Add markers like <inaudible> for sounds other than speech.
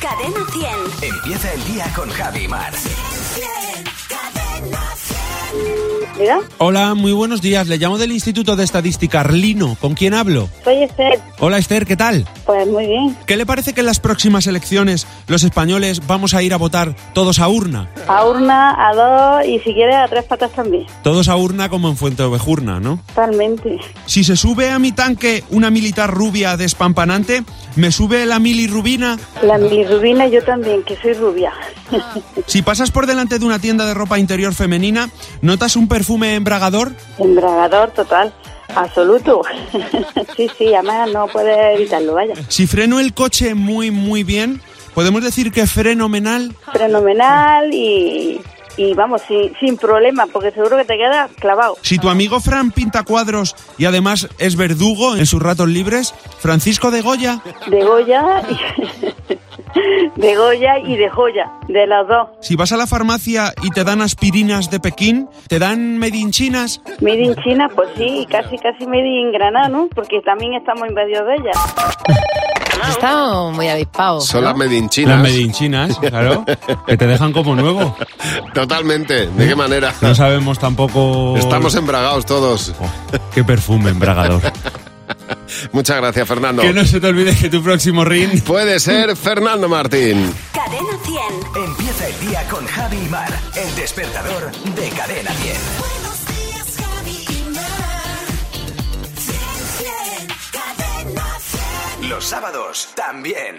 Cadena 100. Empieza el día con Javi Mar. ¿Diga? Hola, muy buenos días. Le llamo del Instituto de Estadística Arlino. ¿Con quién hablo? Soy Esther. Hola Esther, ¿qué tal? Pues muy bien. ¿Qué le parece que en las próximas elecciones los españoles vamos a ir a votar todos a urna? A urna, a dos y si quieres a tres patas también. Todos a urna como en Fuente Ovejurna, ¿no? Totalmente. Si se sube a mi tanque una militar rubia despampanante, ¿me sube la milirrubina? La milirrubina yo también, que soy rubia. Si pasas por delante de una tienda de ropa interior femenina, ¿notas un perfume embragador? Embragador total. Absoluto. <laughs> sí, sí, además no puedes evitarlo, vaya. Si freno el coche muy, muy bien, ¿podemos decir que fenomenal? Fenomenal y, y vamos, sin, sin problema, porque seguro que te queda clavado. Si tu amigo Fran pinta cuadros y además es verdugo en sus ratos libres, ¿Francisco de Goya? De Goya y, <laughs> de Goya y de Joya, de las dos. Si vas a la farmacia y te dan aspirinas de Pekín, ¿te dan medinchinas? Made in China, pues sí, y casi, casi made in Granada, ¿no? Porque también estamos invadidos de ella. Está muy avispado. Son las Las medinchinas. medinchinas, claro, que te dejan como nuevo. Totalmente. ¿De qué manera? No sabemos tampoco... Estamos embragados todos. Oh, qué perfume embragador. Muchas gracias, Fernando. Que no se te olvide que tu próximo ring Puede ser Fernando Martín. Cadena 100. Empieza el día con Javi y Mar. El despertador de Cadena 10. Buenos días, Javi y Mar. Cien, cien, cadena cien. Los sábados también.